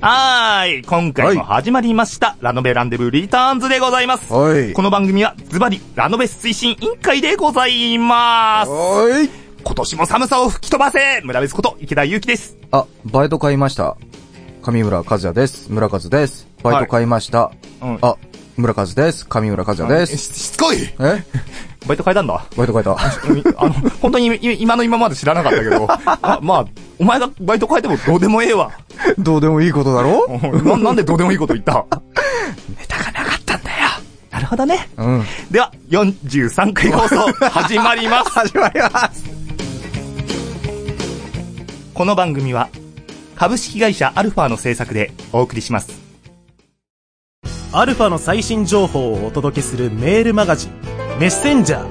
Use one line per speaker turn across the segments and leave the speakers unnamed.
はい、今回も始まりました、ラノベランデブーリターンズでございます。
はい
この番組はズバリラノベ推進委員会でございます。
はい。
今年も寒さを吹き飛ばせ村別こと池田祐希です。
あ、バイト買いました。上村和也です。村和です。バイト買いました。
うん
あ、村和です。上村和也です。
ししつこい
え
バイト変えたんだ。
バイト買えた。
あの、本当にい今の今まで知らなかったけ ど、あまあ、お前がバイト変えてもどうでもええ わ。
どうでもいいことだろ
ななんでどうでもいいこと言ったネタがなかったんだよ。なるほどね。
うん。
では、43回放送、始まります。
始まります。
この番組は、株式会社アルファの制作でお送りします。
アルファの最新情報をお届けするメールマガジン「メッセンジャー」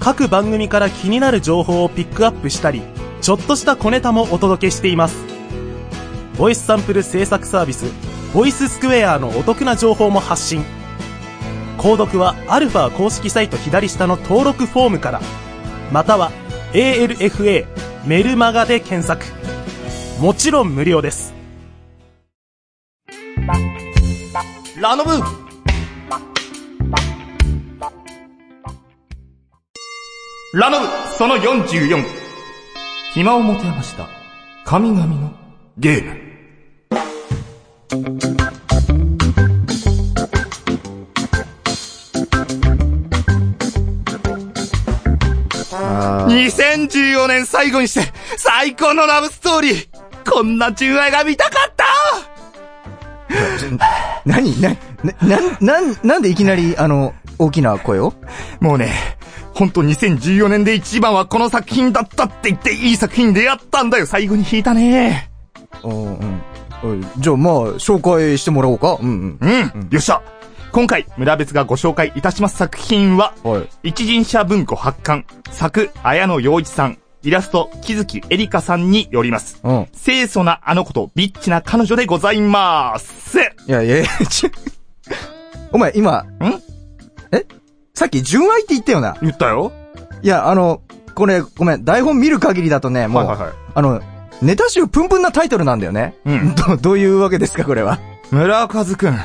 各番組から気になる情報をピックアップしたりちょっとした小ネタもお届けしていますボイスサンプル制作サービス「ボイススクエア」のお得な情報も発信購読はアルファ公式サイト左下の登録フォームからまたは ALFA メルマガで検索もちろん無料です
ラノブラノブその44暇を持て余した神々のゲーム
あ
2014年最後にして最高のラブストーリーこんな純愛が見たかった
ーなにな、な、な、ななんでいきなり、あの、大きな声を
もうね、ほんと2014年で一番はこの作品だったって言っていい作品に出会ったんだよ最後に弾いたね
うん、うん。じゃあ、まあ、紹介してもらおうか。うん、
うん、よっしゃ今回、村別がご紹介いたします作品は、
うん。はい。
一人者文庫発刊、作、綾野洋一さん、イラスト、木月エリカさんによります。
うん。
清楚なあの子とビッチな彼女でございます。
いやいやいや、ち、 お前今、んえさっき純愛って言ったよな。
言ったよ
いや、あの、これ、ごめん、台本見る限りだとね、もう、
はいはいはい
あの、ネタ集プンプンなタイトルなんだよね。
うん
ど、どういうわけですか、これは。
村和くん、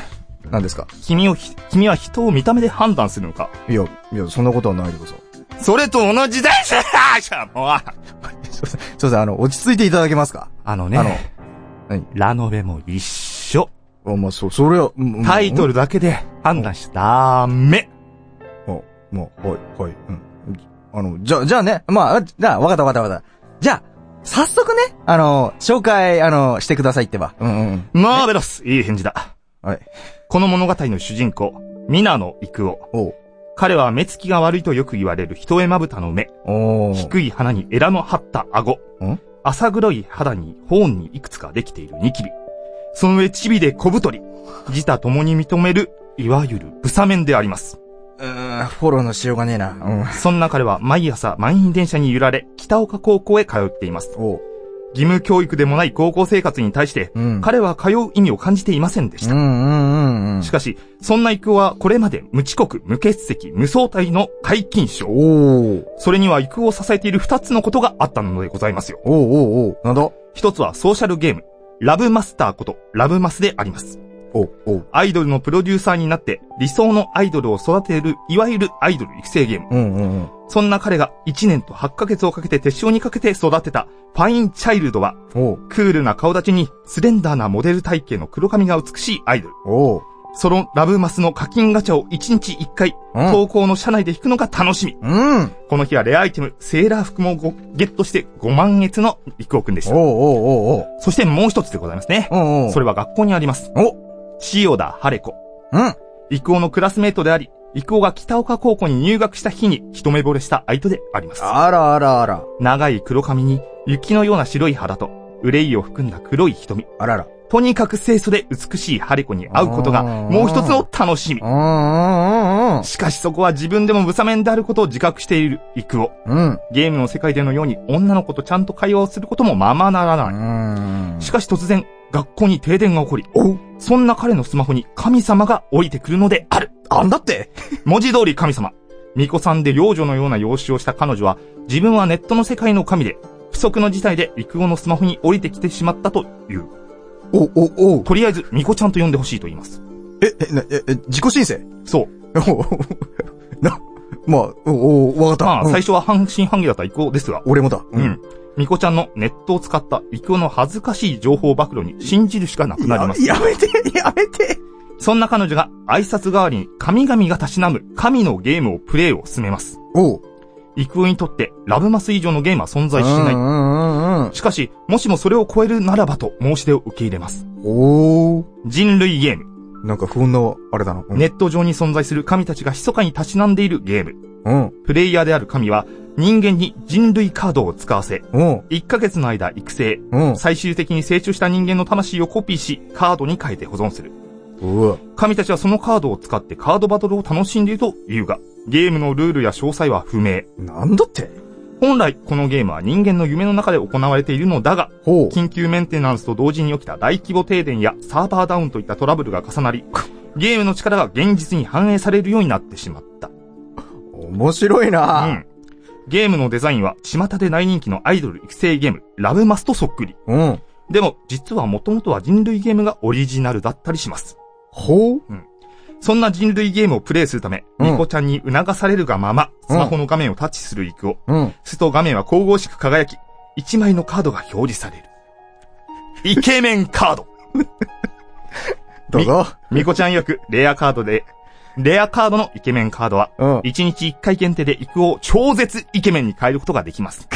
何ですか
君をひ、君は人を見た目で判断するのか
いや、いや、そんなことはないでこそ。
それと同じだしもう
すい ません、すいません、あの、落ち着いていただけますか
あのね、
あの何
ラノベも一緒。
あ、まあ、そう、それは、うん
タイト
ル。
ルだけで判断しちゃダメ。
もう、もう、はい、はい、うん。あの、じゃ、じゃあね、まあ、あじゃあ、わかったわかったわかった。じゃあ、早速ね、あの、紹介、あの、してくださいってば。うんうんうん。
マーベラスいい返事だ。
はい。
この物語の主人公、ミナノイクオ。
おう
彼は目つきが悪いとよく言われる一重まぶたの目、
おー
低い鼻にエラの張った顎
ん、
浅黒い肌にホーンにいくつかできているニキビ、その上チビで小太り、自他共に認める、いわゆるブサメンであります。
うーん、フォローのしようがねえな。うん。
そんな彼は毎朝満員電車に揺られ、北岡高校へ通っています。
おう
義務教育でもない高校生活に対して、
うん
彼は通う意味を感じていませんでした
うん。うんうんうん
し。かし、そんな育夫はこれまで無遅刻、無欠席、無相対の皆勤賞。
おー
それには育夫を支えている二つのことがあったのでございますよ。
おうおうおうなんだ
一つはソーシャルゲーム、ラブマスターこと、ラブマスであります。
おうおう
アイドルのプロデューサーになって、理想のアイドルを育てる、いわゆるアイドル育成ゲーム。
うんうんうん。
そんな彼が1年と8ヶ月をかけて手塩にかけて育てた、ファインチャイルドは、
おう
クールな顔立ちに、スレンダーなモデル体型の黒髪が美しいアイドル。
おう
そのラブマスの課金ガチャを1日1回、
うん
投稿の社内で引くのが楽しみ。
うん
この日はレアアイテム、セーラー服もごゲットして5万円のイクオくんでし
おう
た。
おうおうおう
そしてもう一つでございますね。
おうおう
それは学校にあります。
お
塩田晴子。
うん
イクオのクラスメートであり、イクオが北岡高校に入学した日に一目惚れした相手であります。
あらあらあら。
長い黒髪に、雪のような白い肌と、憂いを含んだ黒い瞳。
あらら。
とにかく清楚で美しい晴子に会うことが、もう一つの楽しみ。
うん
しかしそこは自分でも無差面であることを自覚しているイクオ。
うんうん。
ゲームの世界でのように女の子とちゃんと会話をすることもままならな
う
い。
ん。うん。
しかし突然、学校に停電が起こり、そんな彼のスマホに神様が降りてくるのである。
あんだって
文字通り神様。巫女さんで幼女のような容姿をした彼女は、自分はネットの世界の神で、不測の事態でイクオのスマホに降りてきてしまったという。
お、お、お
とりあえず、ミコちゃんと呼んでほしいと言います。
え、え、な、え、え、自己申請
そう。
お、な、まあ、お、お、わかった。
まあ、
うん
最初は半信半疑だったイクオですが、
俺もだ。
う。ん。ミコちゃんのネットを使ったイクオの恥ずかしい情報暴露に信じるしかなくなります。
ややめて、やめて。
そんな彼女が挨拶代わりに神々がたしなむ神のゲームをプレイを進めます。
おう。
イクオにとってラブマス以上のゲームは存在し
う
なん
うんうんうん
い。しかし、もしもそれを超えるならばと申し出を受け入れます。
おー。
人類ゲーム。
なんか不穏な、あれだな。うん。
ネット上に存在する神たちが密かにたしなんでいるゲーム。
うん。
プレイヤーである神は人間に人類カードを使わせ、
うん。
1ヶ月の間育成、
うん。
最終的に成長した人間の魂をコピーし、カードに変えて保存する。
うわ。
神たちはそのカードを使ってカードバトルを楽しんでいると言うが、ゲームのルールや詳細は不明。
なんだって
本来、このゲームは人間の夢の中で行われているのだが、
ほう。
緊急メンテナンスと同時に起きた大規模停電やサーバーダウンといったトラブルが重なり、ゲームの力が現実に反映されるようになってしまった。
面白いうな。
ん。ゲームのデザインは巷で大人気のアイドル育成ゲーム、ラブマスとそっくり。
うん。
でも、実は元々は人類ゲームがオリジナルだったりします。
ほう。
そんな人類ゲームをプレイするため、
うん
ニコちゃんに促されるがまま、スマホの画面をタッチするイクを、
うん。
すると画面は神々しく輝き、一枚のカードが表示される。イケメンカード
どうぞ。
ミコちゃん曰く、レアカードで、レアカードのイケメンカードは、
うん。
1日1回限定でイクを超絶イケメンに変えることができます。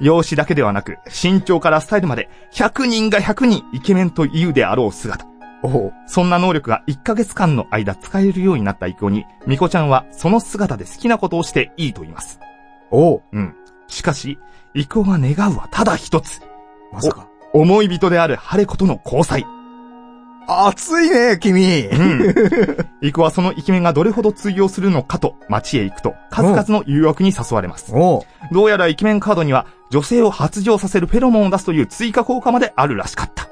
容姿だけではなく、身長からスタイルまで、100人が100人イケメンと言うであろう姿。
おう。
そんな能力が1ヶ月間の間使えるようになったイクオに、ミコちゃんはその姿で好きなことをしていいと言います。
おう。
うん。しかし、イクオが願うはただ一つ。
まさか。
思い人であるハレコとの交際。
熱いね、君。
うん。イクオはそのイケメンがどれほど通用するのかと街へ行くと、数々の誘惑に誘われます。
おう。
どうやらイケメンカードには、女性を発情させるフェロモンを出すという追加効果まであるらしかった。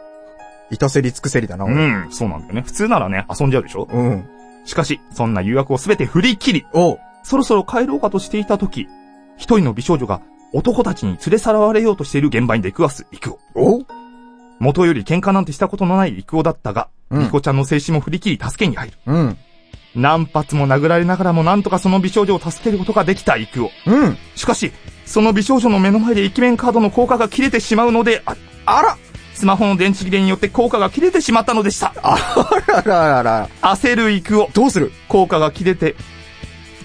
いたせりつくせりだな、
う
俺。
ん、そうなんだよね。普通ならね、遊んじゃうでしょ
うん。
しかし、そんな誘惑をすべて振り切り、
おう。
そろそろ帰ろうかとしていた時、一人の美少女が男たちに連れさらわれようとしている現場に出くわすイクオ。
おう。
元より喧嘩なんてしたことのないイクオだったが、
うん
リコちゃんの精神も振り切り助けに入る。
うん。
何発も殴られながらもなんとかその美少女を助けることができたイクオ。
うん。
しかし、その美少女の目の前でイケメンカードの効果が切れてしまうのである。
あら
スマホの電池切れによって効果が切れてしまったのでした。
あらららら。
焦るイクオ。
どうする
効果が切れて、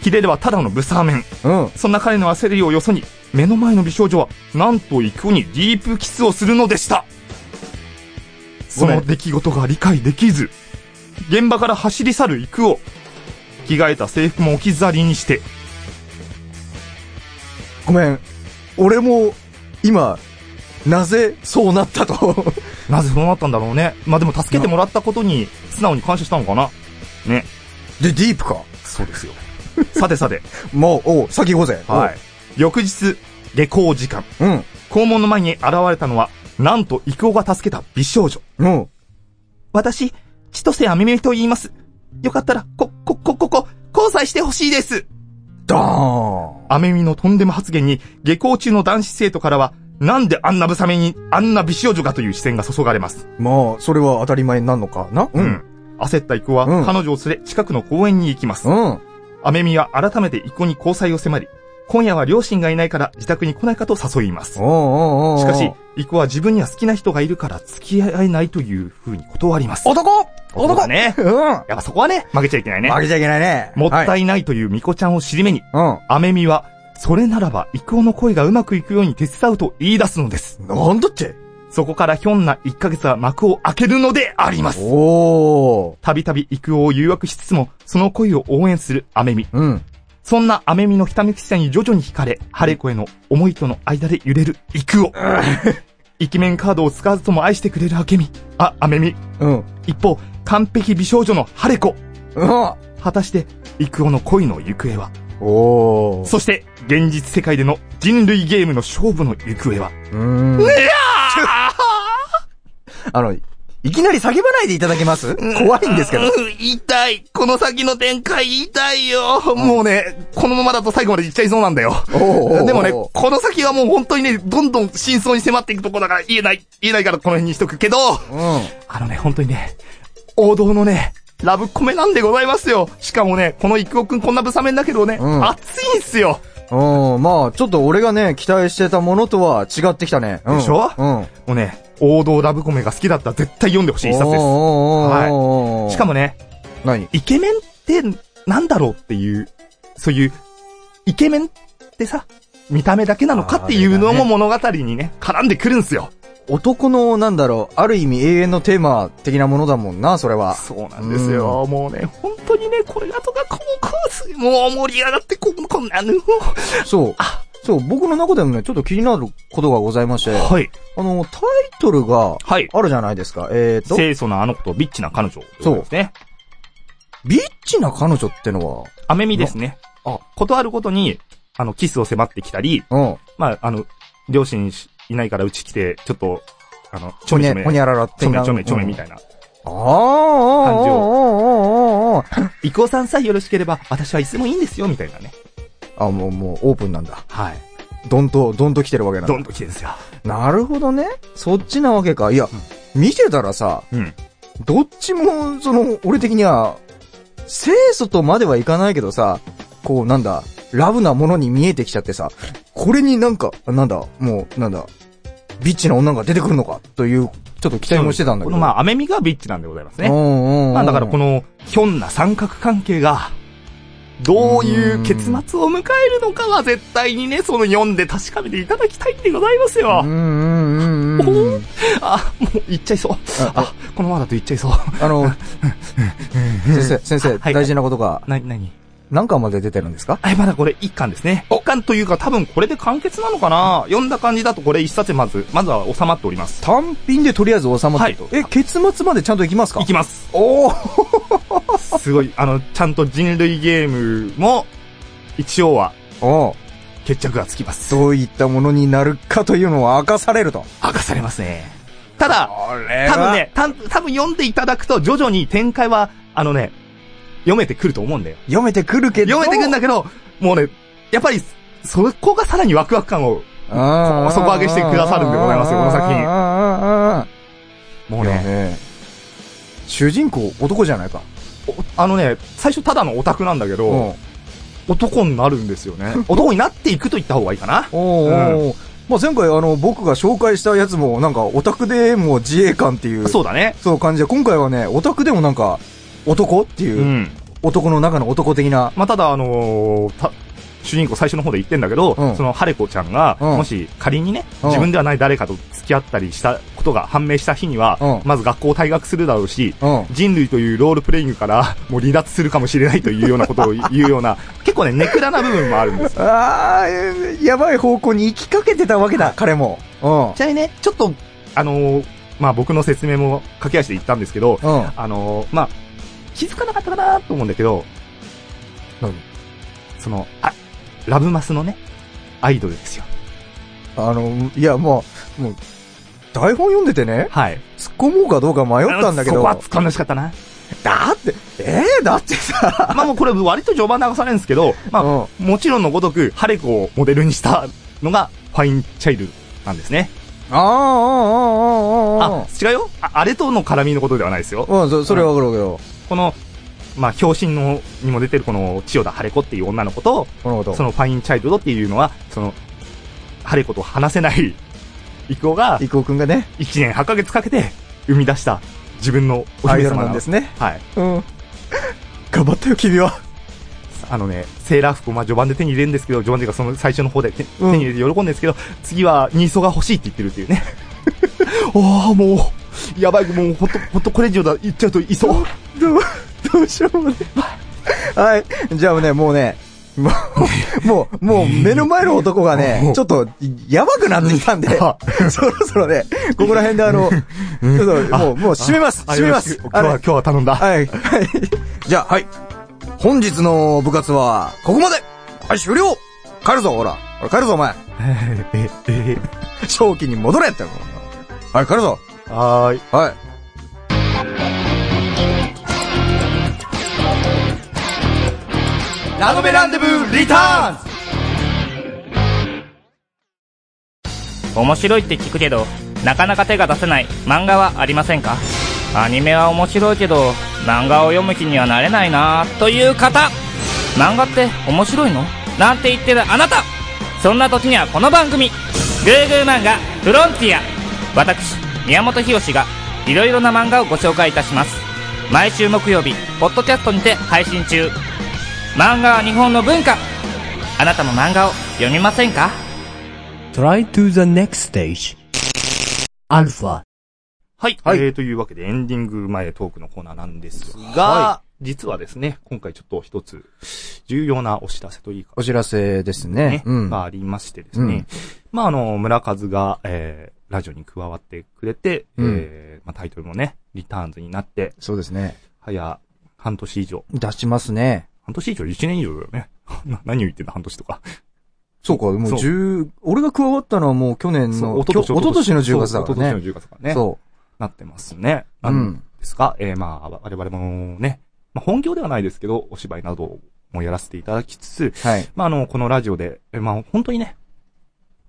切れればただのブサーメン。
うん。
そんな彼の焦りをよそに、目の前の美少女は、なんとイクオにディープキスをするのでした。その出来事が理解できず、現場から走り去るイクオ。着替えた制服も置き去りにして、
ごめん。俺も、今、なぜ、そうなったと。
なぜそうなったんだろうね。まあでも助けてもらったことに、素直に感謝したのかな。ね。
で、ディープか。
そうですよ。さてさ て、
もう、おう、先行こうぜ。
はい。翌日、下校時間。
おう。うん。
校門の前に現れたのは、なんと、イクオが助けた美少女。
うん。
私、千歳あみめりと言います。よかったら、こ、こ、こ、こ、こ、交際してほしいです。
ドーン。
あめみのとんでも発言に、下校中の男子生徒からは、なんであんなブサメに、あんな美少女がという視線が注がれます。
まあ、それは当たり前になるのかな。。。
焦ったイクオは、
うん
彼女を連れ、近くの公園に行きます。
うん。
アメミは改めてイコに交際を迫り、今夜は両親がいないから自宅に来ないかと誘います。
おうおうおうおう
しかし、イコは自分には好きな人がいるから付き合えないという風に断ります。
男
そうだ
男
ね。
うん。
やっぱそこはね、負けちゃいけないね。
負けちゃいけないね。
もった
はい。
いないというミコちゃんを尻目に、
うん。
アメミは、それならば、イクオの恋がうまくいくように手伝うと言い出すのです。
なんだって
そこからひょんな1ヶ月は幕を開けるのであります。
おー。
たびたびイクオを誘惑しつつも、その恋を応援するアメミ。
うん。
そんなアメミのひためきさに徐々に惹かれ、ハレコへの思いとの間で揺れるイクオ。イケメンカードを使わずとも愛してくれるアケミ。あ、アメミ。
うん。
一方、完璧美少女のハレコ。
うん。
果たして、イクオの恋の行方は
おー。
そして、現実世界での人類ゲームの勝負の行方は
うーん。
あ
あの、いきなり叫ばないでいただけます怖いんですけど。
うん痛い。この先の展開痛いよ。もうね、このままだと最後までいっちゃいそうなんだよ。
おうおうおう
でもね、この先はもう本当にね、どんどん真相に迫っていくとこだから言えない、言えないからこの辺にしとくけど、
うん。
あのね、本当にね、王道のね、ラブコメなんでございますよ。しかもね、このイクオくんこんなブサメンだけどね、
うん
熱いんすよ。
うん、まあ、ちょっと俺がね、期待してたものとは違ってきたね。うん
でしょ
うん。
もうね、王道ラブコメが好きだったら絶対読んでほしい一冊で
は
す。しかも
も、
ね、
何
イケメンってなんだろうっていう、そういう、イケメンってさ、見た目だけなのかっていうのも物語にね、絡んでくるんすよ。
男の、なんだろう、ある意味永遠のテーマ的なものだもんな、そ れは。
そうなんですよ。もうね、本当にね、これがとか、こう、こうす、もう盛り上がって、こ、こんなの。
そう。そう、僕の中でもね、ちょっと気になることがございまして、
はい。
あの、タイトルが、
はい。
あるじゃないですか。えーと、
清楚なあの子とビッチな彼女。
そう
ですね。
ビッチな彼女っての
アメミですね。
あ、
ことあることに、あの、キスを迫ってきたり、
は、
まあ、あの、両親いないからうち来て、ちょっと、あの、ち
う
ょ
ん。
めちょ
に
め、
ゃ、ほにゃららっ
ち
て
ょめちょめちょめみ
い
たいな。
な。うんあーあ
感じを
ー、あーあー、あーあー、あー
イクオさんさえよろしければ、私はいつでもいいんですよ、みたいなね。
あーあ、もう、もう、オープンなんだ。
はい。
どんと、どんと来てるわけなんだ
ど。んと来てるんですよ。
なるほどね。そっちなわけか。いや、見てたらさ、
うん。
どっちも、その、俺的には、清楚とまではいかないけどさ、こう、なんだ、ラブなものに見えてきちゃってさ、これになんか、なんだ、もう、なんだ、ビッチな女が出てくるのか、という、ちょっと期待もしてたんだけ
こ
ど。
の、まあ、アメミがビッチなんでございます
ね。
ね。まあ、だからこ
の、
の、ひょんな三角関係が、どういう結末を迎えるのかは絶対にね、その読んで確かめていただきたいんでございますよ
うん。うんうんうんうん。
あ、もう言っちゃいそう。あ、このままだと言っちゃいそう。
あ の、先生、先生、
はい
大事なことが、
な、なに
何巻まで出てるんですか
あ、まだこれ一巻ですね。一巻というか多分これで完結なのかな読んだ感じだとこれ一冊でまず、まずは収まっております。
単品でとりあえず収まってると。
はい
え、結末までちゃんといきますか
いきます。
おお
すごい、あの、ちゃんと人類ゲームも、一応は
お
決着がつきます。
どういったものになるかというのは明かされると。
明かされますね。ただ、
あれ
多分。ね、たん多分読んでいただくと徐々に展開は、あのね、読めてくると思うんだよ。
読めてくるけど。
読めてくるんだけど、もうね、やっぱり、そこがさらにワクワク感を、
あー
底上げしてくださるんでございますよこの作品
あ
も
ー
う
いや
ね、
ね。主人公、男じゃないか。
おあのね、最初ただのオタクなんだけど、
おう
男になるんですよね。男になっていくと言った方がいいか な。
おうおうまあ前回あの、僕が紹介したやつも、なんかオタクでも自衛官っていう。
そうだね。
そう感じで、今回はね、オタクでもなんか、男って
う
いう、
ん。
男の中の男的な。
まあ、ただ、あのーた主人公最初の方で言ってんだけど、
うん
そのハレコちゃんが、
うん
もし仮にね、
うん
自分ではない誰かと付き合ったりしたことが判明した日には、
うん
まず学校を退学するだろうし、
うん。
人類というロールプレイングからもう離脱するかもしれないというようなことを言うよう な、結構ね、ネクラな部分もあるんです。
ああ、えーやばい方向に行きかけてたわけだ、彼も。うん
ち。なみにね、ちょっと、あのーまあ、僕の説明も駆け足で言ったんですけど、
うん。
あのーまあ、気づかなかったかなと思うんだけど、
何
その、あ、ラブマスのね、アイドルですよ。
あの、いや、まあ、もう、台本読んでてね、
はい。
突っ込もうかどうか迷ったんだけ
そ
ど、
こは
だ
突っ込んでほしかったな。
って、えー、だってさ、
まあもうこれ割と序盤流されるんですけど、まあ、
うん
もちろんのごとく、ハレコをモデルにしたのが、ファインチャイルなんですね。
ああ、ああ、ああ
あ、、違うよあ。あれとの絡みのことではないですよ。
うん、そそれはわかるけど、
この、まあ、表紙の、にも出てるこの、千代田ハレコっていう女の子と、
このこと。
そのファインチャイルドっていうのは、その、ハレコと話せ ない、イクオが、
伊藤くんがね、
1年8ヶ月かけて、生み出した、自分のお
ア
姫
イドル
様
な
なんん
で
です。
すね。
はい。
うん。頑張ったよ、君は。
あのね、セーラー服をまあ序盤で手に入れるんですけど、序盤でいうかその最初の方で手,、
うん
手に入れて喜んでるんですけど、次はニーソが欲しいって言ってるっていう ね。ああ、もう、やばい、もうほんと、ほんとこれ以上だ、言っちゃうといそう。
どう、どうしようもね。はい。じゃあね、もうね、もう、もう、もう目の前の男 がね、ちょっと、やばくなってきたんで、そろそろね、ここら辺であの、ちょっと、もう、もう閉めます。閉めます。
今日
あ
は、
の
今日は頼んだ。
はい。はい。じゃあ、はい。本日の部活は、ここまではい、終了帰るぞ、ほら。ほら、帰るぞ、お前。
え、え、
正気に戻れって。はい、帰るぞ。
はーい。
はい。
ラノベランデブーリターン
面白いって聞くけどなかなか手が出せない漫画はありませんかアニメは面白いけど漫画を読む気にはなれないなという方漫画って面白いのなんて言ってるあなたそんな時にはこの番組「グーグー漫画フロンティア」私宮本浩がいろいろな漫画をご紹介いたします毎週木曜日ポッドキャストにて配信中漫画は日本の文化あなたも漫画を読みませんか
Try to the next stage. Alpha.
はい。
はい
えー、というわけでエンディング前トークのコーナーなんですが、
は
実はですね、今回ちょっと一つ重要なお知らせというか、
お知らせです
ね
ね。、うん。
がありましてですね、
うん
まあ、あの、村和が、えー、ラジオに加わってくれて、
うん
えー、まあ、タイトルもね、リターンズになって、
そうですね。
早、半年以上。
出しますね。
半年以上 ?1 年以上だよね。 な何を言ってんだ、半年とか。
そうか、も
そう
う十、俺が加わったのはもう去年
そう
の、きょ一昨年の10月だか
そう一
らね。
昨年の10月からね。
そ
なってますね。
う。
な
うんん。
ですが、えー、まあ、我々もね、まあ、本業ではないですけど、お芝居などもやらせていただきつつ、
はい。
まあ、あの、このラジオで、えーまあ、本当にね、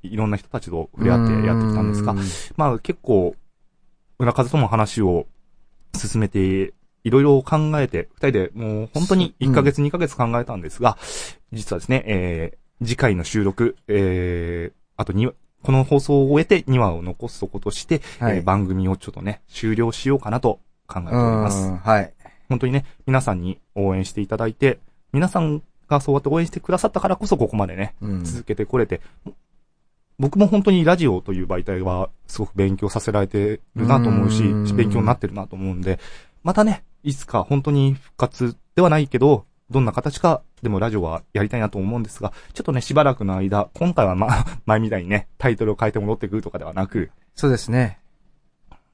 いろんな人たちと触れ合ってやってきたんですが
う、ん
まあ結構、裏風とも話を進めて、いろいろ考えて、二人でもう本当に1ヶ月2ヶ月考えたんですが、実はですね、えー、次回の収録、えー、あと2、この放送を終えて2話を残すこととして、
はい
えー番組をちょっとね、終了しようかなと考えております。
うんはい。
本当にね、皆さんに応援していただいて、皆さんがそうやって応援してくださったからこそここまでね、
うん
続けてこれて、僕も本当にラジオという媒体はすごく勉強させられてるなと思うし、
うん
勉強になってるなと思うんで、またね、いつか本当に復活ではないけど、どんな形か、でもラジオはやりたいなと思うんですが、ちょっとね、しばらくの間、今回はまあ、前みたいにね、タイトルを変えて戻ってくるとかではなく、
そうですね。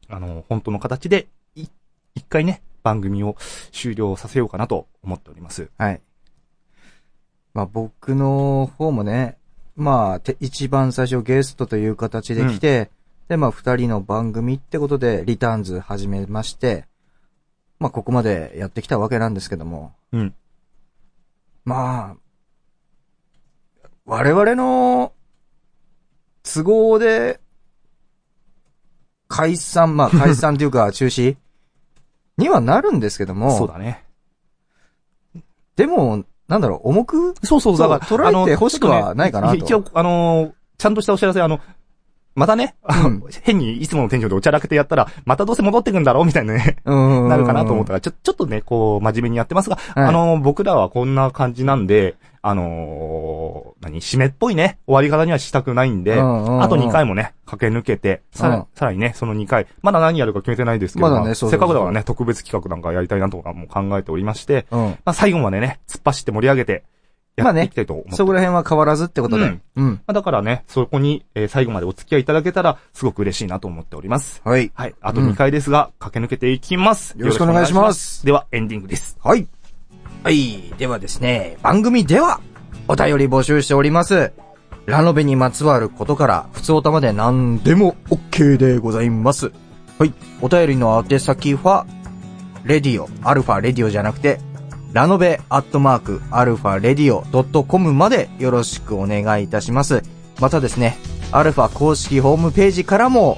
あの、本当の形で、い一回ね、番組を終了させようかなと思っております。
はい。まあ僕の方もね、まあて一番最初ゲストという形で来て、でまあ二人の番組ってことでリターンズ始めまして、まあここまでやってきたわけなんですけども、
うん。
まあ、我々の都合で解散、 まあ解散というか中止にはなるんですけども、
そうだね。
でも、なんだろう、重く
そうそう、だから、
そう捉えて欲しくはないかな
あ
と
のちょっね一応、あのーちゃんとしたお知らせ、あの、またね、
うん
変にいつものテンションでおちゃらけてやったら、またどうせ戻ってくんだろうみたいなね、
な
なるかなと思ったから、ちょ、ちょっとね、こう、真面目にやってますが、
い
あのー僕らはこんな感じなんで、あのー何、締めっぽいね、終わり方にはしたくないんで、
うんうんうん
あと2回もね、駆け抜けて、さ
うん
らさらにね、その2回、まだ何やるか決めてないですけど、
まだね
あ
そうそう
せっかくだからね、特別企画なんかやりたいなとかも考えておりまして、
うん。
まあ、最後までね、突っ走って盛り上げて、やっていきたいと思ってます
そこら辺は変わらずってこと
う
で
ん。
うん。
まあだからね、そこに、えー最後までお付き合いいただけたら、すごく嬉しいなと思っております。
はい。
はい。あと
うん
2回ですが、駆け抜けていきます。
よろしくお願いし
よろくお願
ま。
いしますでは、エンディングです。
はい。はい。ではですね、番組では、お便り募集しております。ラノベにまつわることから、普通おたまで何でも OK でございます。はい。お便りの宛先は、レディオ、アルファレディオじゃなくて、ラノベアットマーク、アルファレディオドットコムまでよろしくお願いいたします。またですね、アルファ公式ホームページからも、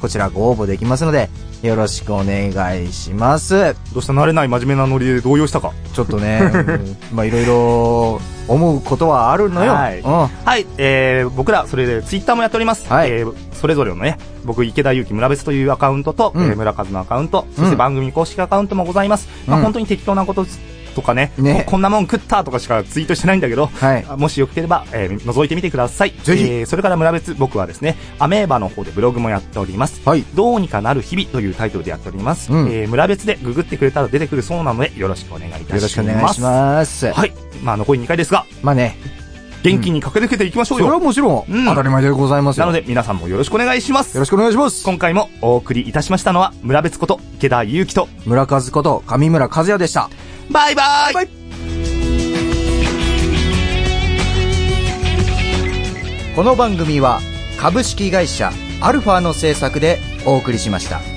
こちらご応募できますので、よろしくお願いしま
ど
す。
うした慣れない真面目なノリで動揺したか
ちょっと ね、うんまあいろいろ思うことはあるのよ。
はい
うん。は
はい。えー、僕ら、それで、ツイッターもやっております。
はい
えー、それぞれのね、僕、池田祐希村別というアカウントと、
うん
えー村和のアカウント、そし
う
て
ん
番組公式アカウントもございます。まあ、
うん
本当に適当なこととかね、
ね
こんなもん食ったとかしかツイートしてないんだけど、
い。
もしよければ、えー覗いてみてください。
ぜひ
えーそれから村別、僕はですね、アメーバの方でブログもやっております。
はい。
どうにかなる日々というタイトルでやっております。
うん
えー村別でググってくれたら出てくるそうなので、よろしくお願いいたします。
よろしくお願いし
す。
ます。
はい。まあ、残り2回ですが、
まあね、
元気に駆け抜けていきましょ
そうれ
よ。
はもちろん
うん
当たり前でございます
な
よ。
ので、皆さんもよろしくお願いします。
よろしくお願いします。
今回もお送りいたしましたのは、村別こと池田祐希と、
村和子と上村和也でした。
バイバイ
バイこの番組は株式会社アルファの制作でお送りしました。